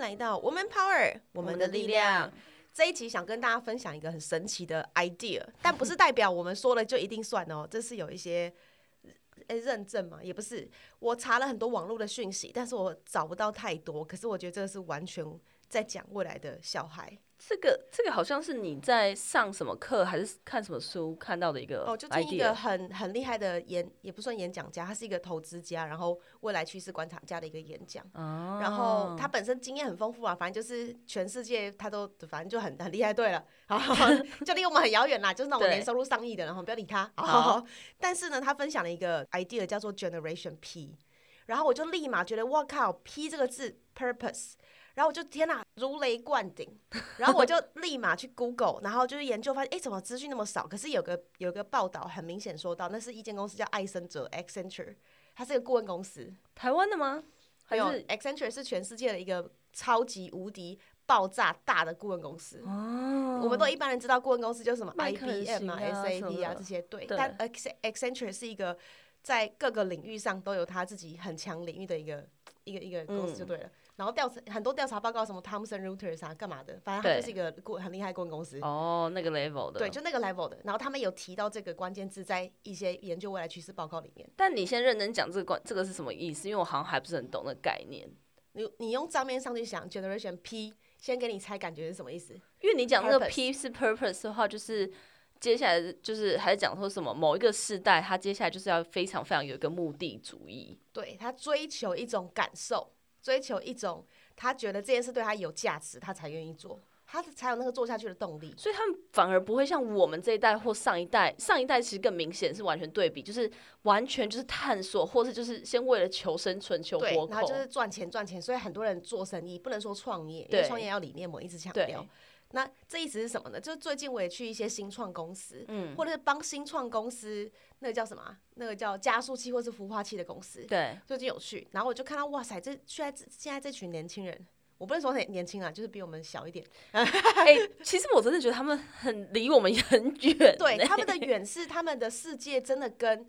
来到 Woman Power，我们们的的力力量量。这一集想跟大家分享一个很神奇的 idea，但不是代表我们说了就一定算哦，这是有一些。诶认证嘛，也不是。我查了很多网络的讯息，但是我找不到太多。可是我觉得这个是完全在讲未来的小孩这个这个好像是你在上什么课还是看什么书看到的一个哦，就呃 idea，听一个很很厉害的演，也不算演讲家，他是一个投资家，然后未来趋势观察家的一个演讲。哦然后他本身经验很丰富啊，反正就是全世界他都反正就很很厉害，对了， 好，就离我们很遥远啦，就是那种对年收入上亿的，然后不要理他。好，但是呢，他分享了一个 idea 叫做 Generation P，然后我就立马觉得哇靠，P 这个字 purpose。然后我就天哪，如雷贯 顶。然后我就立马去 Google，然后就是研究发现，哎，怎么资讯那么少？可是有个有个报道很明显说到，那是一间公司叫艾森哲 （Accenture），它是一个顾问公司。台湾的吗？还还有是 Accenture 是全世界的一个超级无敌爆炸大的顾问公司。哦我们都一般人知道顾问公司就是什么麦肯锡 IBM 啊啊、SAP 什么啊的这些，对。对但 Acc- Accenture 是一个在各个领域上都有他自己很强领域的一个一个一个公嗯司就对了。然后调查很多调查报告，什么 Thomson Reuters 啊，干嘛的，反正它对就是一个顾很厉害的顾问公司。哦那个 level 的对，就那个 level 的，然后他们有提到这个关键字在一些研究未来趋势报告里面。但你先认真讲这个关这个是什么意思，因为我好像还不是很懂那个概念。你你用账面上去想 Generation P，先给你猜感觉是什么意思？因为你讲那个 Purpose P 是 purpose 的话，就是接下来就是还是讲说什么某一个世代，他接下来就是要非常非常有一个目的主义。对他追求一种感受，追求一种他觉得这件事对他有价值，他才愿意做，他才有那个做下去的动力。所以他们反而不会像我们这一代或上一代，上一代其实更明显是完全对比，就是完全就是探索，或是就是先为了求生存、求对活，然口后就。是赚钱赚钱，所以很多人做生意不能说创业，因对为创业要理念，我一直强对调。那这意思是什么呢？就是最近我也去一些新创公司，嗯，或者是帮新创公司那个叫什么啊、那个叫加速器或是孵化器的公司， 对，最近有去，然后我就看到哇塞，这现在这现在这群年轻人，我不能说年年轻啊，就是比我们小一点。哎、其实我真的觉得他们很离我们也很远欸、对，他们的远视，他们的世界真的跟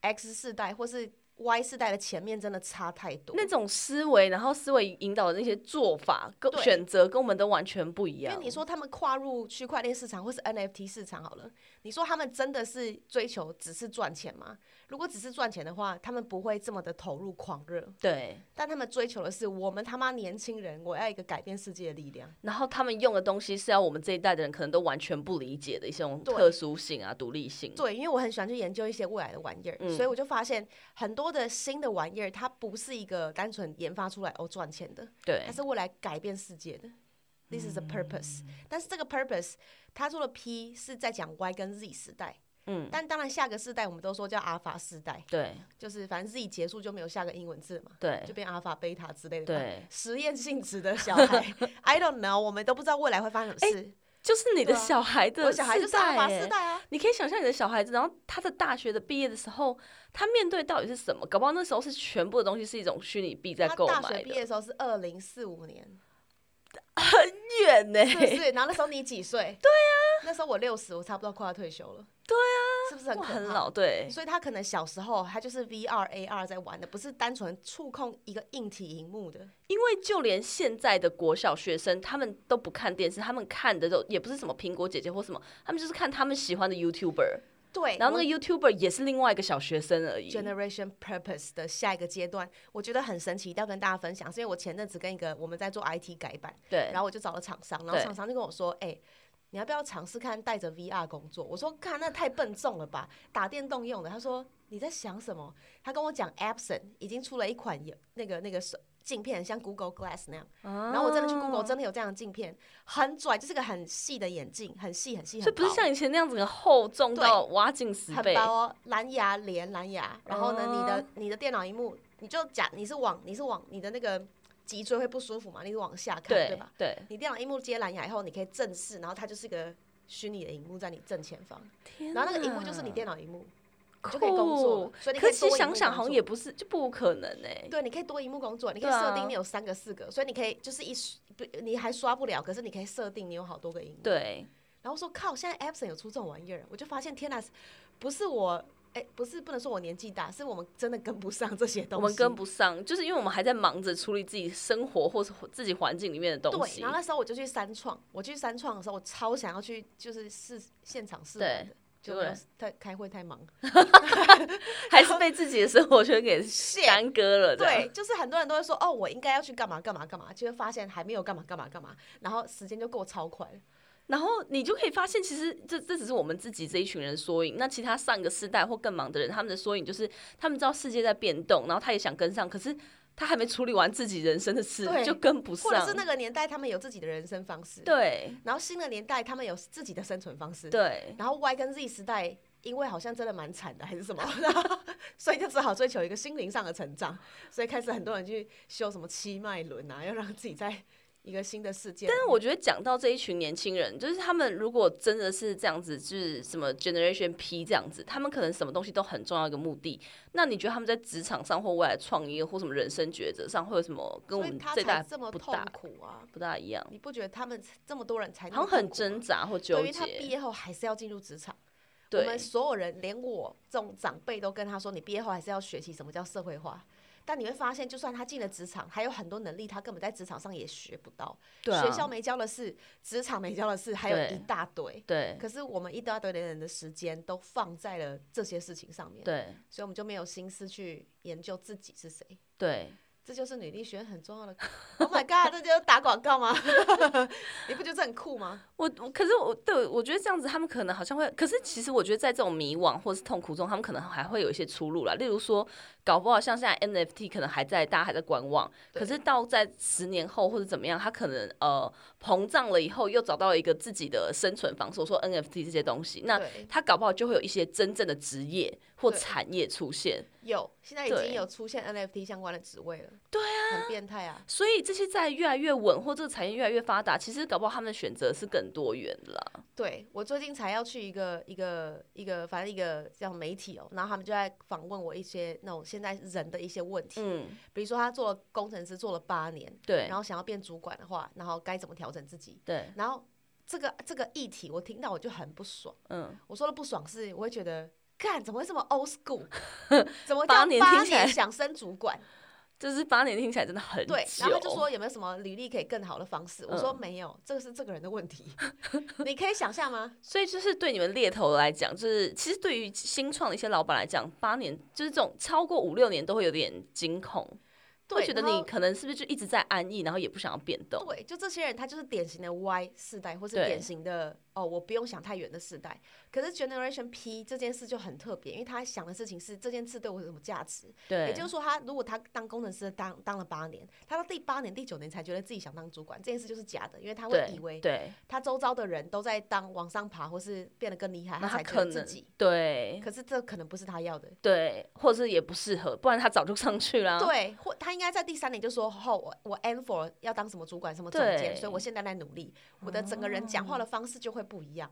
X 世代或是 Y 世代的前面真的差太多。那种思维，然后思维引导的那些做法、跟对选择，跟我们都完全不一因样。为你说他们跨入区块链市场或是 NFT 市场好了，你说他们真的是追求只是赚钱吗？如果只是赚钱的话，他们不会这么的投入狂热，对，但他们追求的是我们他妈年轻人，我要一个改变世界的力量。然后他们用的东西是要我们这一代的人可能都完全不理解的一些种对特殊性啊、独立性。对，因为我很喜欢去研究一些未来的玩意儿，嗯所以我就发现很多的新的玩意儿，它不是一个单纯研发出来哦赚钱的，对它，是未来改变世界的。This is a purpose，、但嗯是这个 purpose，他做的 P 是在讲 Y 跟 Z 时代，嗯，但当然下个世代我们都说叫阿尔法世代，对，就是反正 Z 结束就没有下个英文字嘛，对，就变阿尔法、贝塔之类的吧。对，实验性质的小孩，I don't know，我们都不知道未来会发生什么事。就是你的对啊小孩的我小孩就是阿尔法世哎耶代啊，你可以想象你的小孩子，然后他的大学的毕业的时候，他面对到底是什么？搞不好那时候是全部的东西是一种虚拟币在他购大买学毕的，业的时候是二零四五年，远呢、是不是？然后那时候你几岁？对啊，那时候我六十，我差不多快要退休了。对啊，是不是很 哇可很怕？老，对，所以他可能小时候他就是 VR、AR 在玩的，不是单纯触控一个硬体荧幕的。因为就连现在的国小学生，他们都不看电视，他们看的都也不是什么苹果姐姐或什么，他们就是看他们喜欢的 YouTuber，对，然后我那个 YouTuber 也是另外一个小学生而已。 Generation Purpose 的下一个阶段，我觉得很神奇，一定要跟大家分享。是因为我前阵子跟一个我们在做 IT 改版，对，然后我就找了厂商，然后对厂商就跟我说：“哎、你要不要尝试看带着 VR 工作？”我说：“看那太笨重了吧，打电动用的。”他说：“你在想什么？”他跟我讲 a b s o n 已经出了一款有那个那个手镜片，像 Google Glass 那样。然然后我真的去 Google，真的有这样的镜片，很拽，就是个很细的眼镜，很细很细，所很以不是薄像以前那样子很厚重对到挖进十很倍，薄哦，蓝牙连蓝牙，然后呢，哦你的你的电脑荧幕，你就假你是往你是往你的那个脊椎会不舒服嘛，你是往下看对对吧？对，你电脑荧幕接蓝牙以后，你可以正视，然后它就是个虚拟的荧幕在你正前方，天然后那个荧幕就是你电脑荧幕，你就可以工作了酷。所以你可以其多实荧幕想想工好像作也不是就不可能哎、对，你可以多荧幕工作，你可以对啊设定你有三个、四个，所以你可以就是一不你还刷不了，可是你可以设定你有好多个荧幕。对，然后说靠，现在 Epson 有出这种玩意儿，我就发现天哪，不是我哎、不是不能说我年纪大，是我们真的跟不上这些东西，我们跟不上，就是因为我们还在忙着处理自己生活或是自己环境里面的东对，西然。后那时候我就去三创，我去三创的时候，我超想要去，就是试现场试玩的，结就果嘞太开会太忙。还是被自己的生活圈给耽搁了。这样对，，就是很多人都会说，哦，我应该要去干嘛干嘛干嘛，就会发现还没有干嘛干嘛干嘛，然后时间就过超快了。然后你就可以发现，其实这这只是我们自己这一群人的缩影。那其他上个世代或更忙的人，他们的缩影就是他们知道世界在变动，然后他也想跟上，可是他还没处理完自己人生的事，对就跟不或者上。是那个年代他们有自己的人生方式，，啊对然后新的年代他们有自己的生存方式，对，然后 Y 跟 Z 时代。因为好像真的蛮惨的，还是什么，然后所以就只好追求一个心灵上的成长，所以开始很多人去修什么七脉轮啊，要让自己在一个新的世界里面。但是我觉得讲到这一群年轻人，就是他们如果真的是这样子，就是什么 Generation P 这样子，他们可能什么东西都很重要一个目的。那你觉得他们在职场上或未来创业或什么人生抉择上，会有什么跟我所以们他这一才代这么不痛大苦啊！不大一样？你不觉得他们这么多人才那好么像很痛苦吗挣？扎或对纠于他毕结。业后还是要进入职场，我对们所有人，连我这种长辈都跟他说，你毕业后还是要学习什么叫社会化。但你会发现，就算他进了职场，还有很多能力，他根本在职场上也学不到。对啊学校没教的事，职场没教的事，还有对一大堆。对可是我们一大堆的人的时间都放在了这些事情上面，对所以我们就没有心思去研究自己是谁。对，这就是女力学院很重要的。Oh my god，这就是打广告吗？ 你不觉得这很酷吗？我我可是我对我觉得这样子，他们可能好像会，可是其实我觉得在这种迷惘或是痛苦中，他们可能还会有一些出路啦。例如说，搞不好像现在 NFT 可能还在，大家还在观望，对可是到在十年后或者怎么样，他可能呃膨胀了以后，又找到一个自己的生存方式。我说 NFT 这些东西，那对，他搞不好就会有一些真正的职业或对产业出现。有，现在已对经有出现 NFT 相关的职位了。对啊，很变态啊。所以这些在越来越稳，或这个产业越来越发达，其实搞不好他们的选择是更多元的啦。对我最近才要去一个一个一个，反正一个叫媒体哦，然后他们就在访问我一些那种现在人的一些问题，嗯，比如说他做了工程师做了八年，对然后想要变主管的话，然后该怎么调整自己？对，然后这个这个议题我听到我就很不爽。嗯，我说的不爽是，我会觉得，干怎么会这么 old school？怎么叫八八年年听起来想升主管？就是八年听起来真的很久。嗯对，然后他就说有没有什么履历可以更好的方式？我说没有，这个是这个人的问题。 你可以想象吗？所以就是对你们猎头来讲，就是其实对于新创的一些老板来讲，八年就是这种超过五六年都会有点惊恐，会对，觉得然后你可能是不是就一直在安逸，然后也不想要变动。对，就这些人，他就是典型的 Y 世代，或是对典型的哦，我不用想太远的世代。可是 Generation P 这件事就很特别，因为他想的事情是这件事对我有什么价值。对，也就是说，他如果他当工程师当当了八年，他到第八年、第九年才觉得自己想当主管，这件事就是假的，因为他会以为对对，他周遭的人都在当往上爬，或是变得更厉害，那才觉可得自能己。对可是这可能不是他要的，对，或者是也不适合，不然他早就上去啊啦。对，或他应该在第三年就说：“哦，我我 a n for 要当什么主管、什么总监，对所以我现在在努力，我的整个人讲话的方式就会不一样。”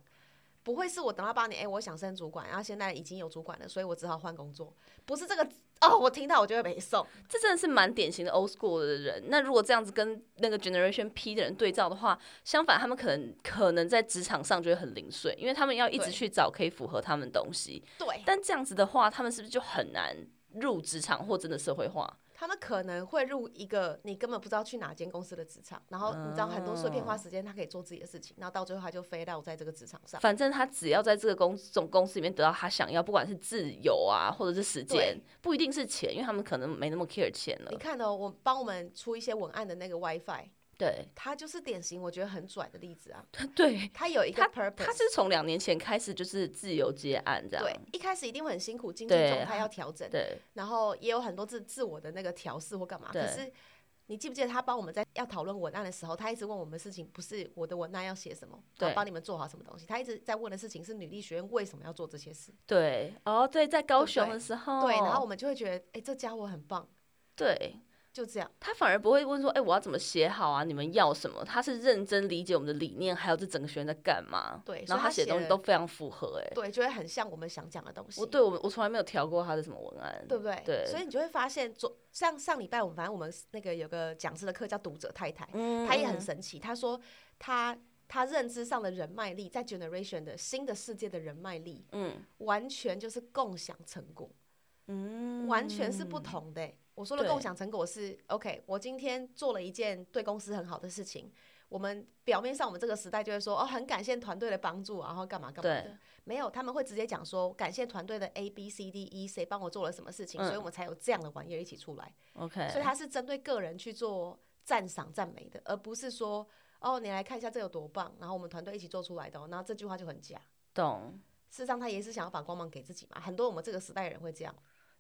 不会是我等到八年，哎、我想升主管，然后现在已经有主管了，所以我只好换工作。不是这个哦，我听到我就会没送。这真的是蛮典型的 old school 的人。那如果这样子跟那个 Generation P 的人对照的话，相反，他们可能可能在职场上就会很零碎，因为他们要一直对去找可以符合他们的东西。对但这样子的话，他们是不是就很难入职场或真的社会化？他们可能会入一个你根本不知道去哪间公司的职场，然后你知道很多碎啊片化时间，他可以做自己的事情，然后到最后他就飞到在这个职场上。反正他只要在这个公总公司里面得到他想要，不管是自由啊，或者是时间对，不一定是钱，因为他们可能没那么 care 钱了你。看哦，我帮我们出一些文案的那个 WiFi，对它就是典型我觉得很拽的例子啊。对，它有一个 purpose，他是从两年前开始就是自由接案这样。对一开始一定会很辛苦，经济对状态要调整，对然后也有很多自自我的那个调试或干嘛。对可是你记不记得他帮我们在要讨论文案的时候，他一直问我们事情，不是我的文案要写什么，然对后帮你们做好什么东西。他一直在问的事情是女力学院为什么要做这些事。对，哦对，在高对不雄对的时候，对，然后我们就会觉得，哎、这家伙很棒，对就这样。他反而不会问说，哎、我要怎么写好啊？你们要什么？他是认真理解我们的理念，还有这整个学院在干嘛。对所然以后他写的东西写都非常符合、哎，对，就会很像我们想讲的东西，我对我我从来没有调过他的什么文案，对不对？对所以你就会发现，昨上上礼拜我们反正我们那个有个讲师的课叫读者太太，嗯她也很神奇，她说她。他认知上的人脉力，在 generation 的新的世界的人脉力，嗯完全就是共享成果，嗯完全是不。同的欸、我说的对共享成果是 OK，我今天做了一件对公司很好的事情，我们表面上我们这个时代就会说哦，很感谢团队的帮助啊，然后干嘛干嘛对的，没有，他们会直接讲说感谢团队的 A B C D E 谁帮我做了什么事情，嗯所以我们才有这样的玩意儿一起出来。 OK，所以它是针对个人去做赞赏赞美的，而不是说哦，你来看一下这有多棒，然后我们团队一起做出来的、哦，然后这句话就很假。懂。事实上，他也是想要把光芒给自己嘛。很多我们这个时代人会这样，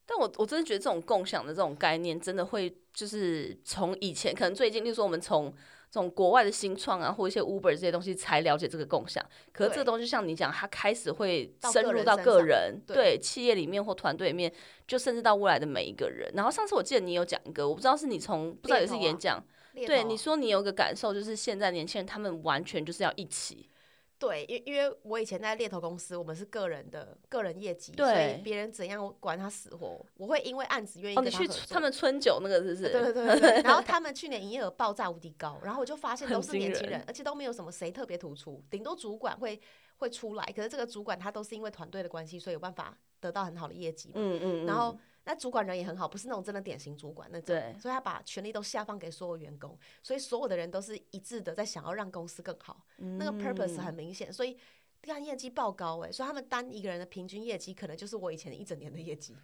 但我我真的觉得这种共享的这种概念，真的会就是从以前可能最近，例如说我们从这种国外的新创啊，或一些 Uber 这些东西才了解这个共享。可是这对个东西像你讲，它开始会到深个入人到身个上人，对对企业里面或团队里面，就甚至到未来的每一个人。然后上次我记得你有讲一个，我不知道是你从不知道也猎是头啊演讲，猎对头啊你说你有一个感受，就是现在年轻人他们完全就是要一起，对，因因为我以前在猎头公司，我们是个人的个人业绩，对所以别人怎样我管他死活，我会因为案子愿意哦，跟你他去合春作。他们春酒那个是不是？对对对对，然后他们去年营业额爆炸无敌高，然后我就发现很都是年轻惊人人，而且都没有什么谁特别突出，顶多主管会会出来，可是这个主管他都是因为团队的关系，所以有办法得到很好的业绩嘛。嗯嗯，然后嗯那主管人也很好，不是那种真的典型主管那种，对所以他把权力都下放给所有员工，所以所有的人都是一致的在想要让公司更好，那个 purpose 嗯很明显，所以。看业绩报高哎、所以他们单一个人的平均业绩可能就是我以前一整年的业绩，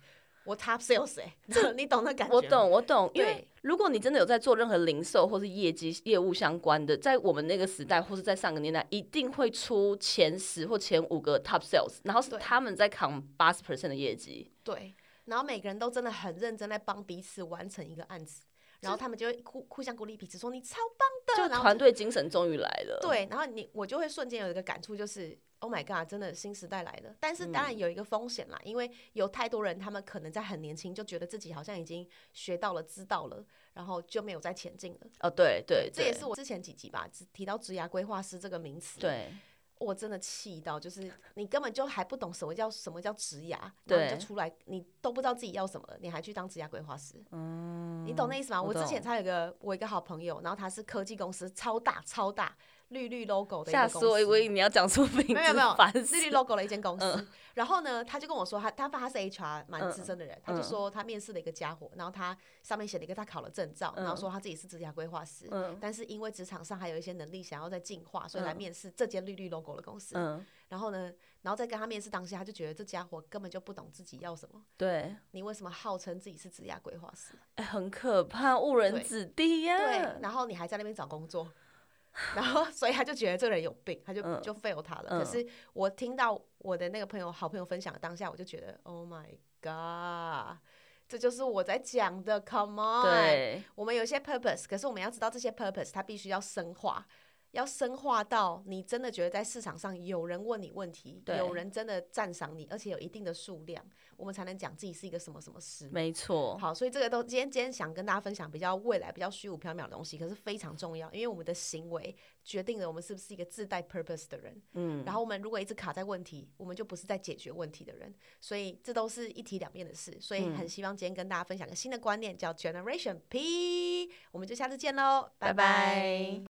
我 top sales 哎、这你懂那感觉？我，懂，我懂，因为对如果你真的有在做任何零售或是业绩业务相关的，在我们那个时代或是在上个年代，一定会出前十或前五个 top sales，然后是对他们在扛八十 percent 的业绩，对，然后每个人都真的很认真在帮彼此完成一个案子，然后他们就会互互相鼓励彼此说你超棒的，就啊然后团队精神终于来了。，对，然后你我就会瞬间有一个感触，就是 Oh my God，真的新时代来了。但是当然嗯有一个风险啦，因为有太多人他们可能在很年轻就觉得自己好像已经学到了、知道了，然后就没有再前进了。哦，对对，这也对是我之前几集吧只提到职涯规划师这个名词，，对。我真的气到，就是你根本就还不懂什么叫什么叫职涯，然后你对就出来你都不知道自己要什么了，你还去当职涯规划师，嗯，你懂那意思吗？我我之懂前才有一个我一个好朋友，然后他是科技公司超大超大绿绿 logo 的一吓个死公我！司，以为嗯你要讲出名字，没有没有烦死绿绿 logo 的一间公司。 然后呢，他就跟我说他，他发他是 HR 蛮嗯资深的人，他就说他面试了一个家伙，然后他上面写了一个他考了证照，然后说他自己是职涯规划师，嗯但是因为职场上还有一些能力想要再进化，所以来面试这间绿绿 logo 的公司。嗯，然后呢，然后再跟他面试当下，他就觉得这家伙根本就不懂自己要什么，对，你为什么号称自己是职涯规划师？哎，很可怕，误人对子弟呀、对，然后你还在那边找工作， 然后所以他就觉得这个人有病，他就、嗯就 fail 他了。嗯可是我听到我的那个朋友好朋友分享的当下，我就觉得 Oh my God，这就是我在讲的，Come on，对，我们有一些 purpose，可是我们要知道这些 purpose 它必须要深化，要深化到你真的觉得在市场上有人问你问题，对有人真的赞赏你，而且有一定的数量，我们才能讲自己是一个什么什么师。没错，好，所以这个都今天今天想跟大家分享比较未来比较虚无缥缈的东西，可是非常重要，因为我们的行为决定了我们是不是一个自带 purpose 的人。嗯，然后我们如果一直卡在问题，我们就不是在解决问题的人，所以这都是一体两面的事。所以嗯很希望今天跟大家分享个新的观念，叫 Generation P。我们就下次见喽，拜拜。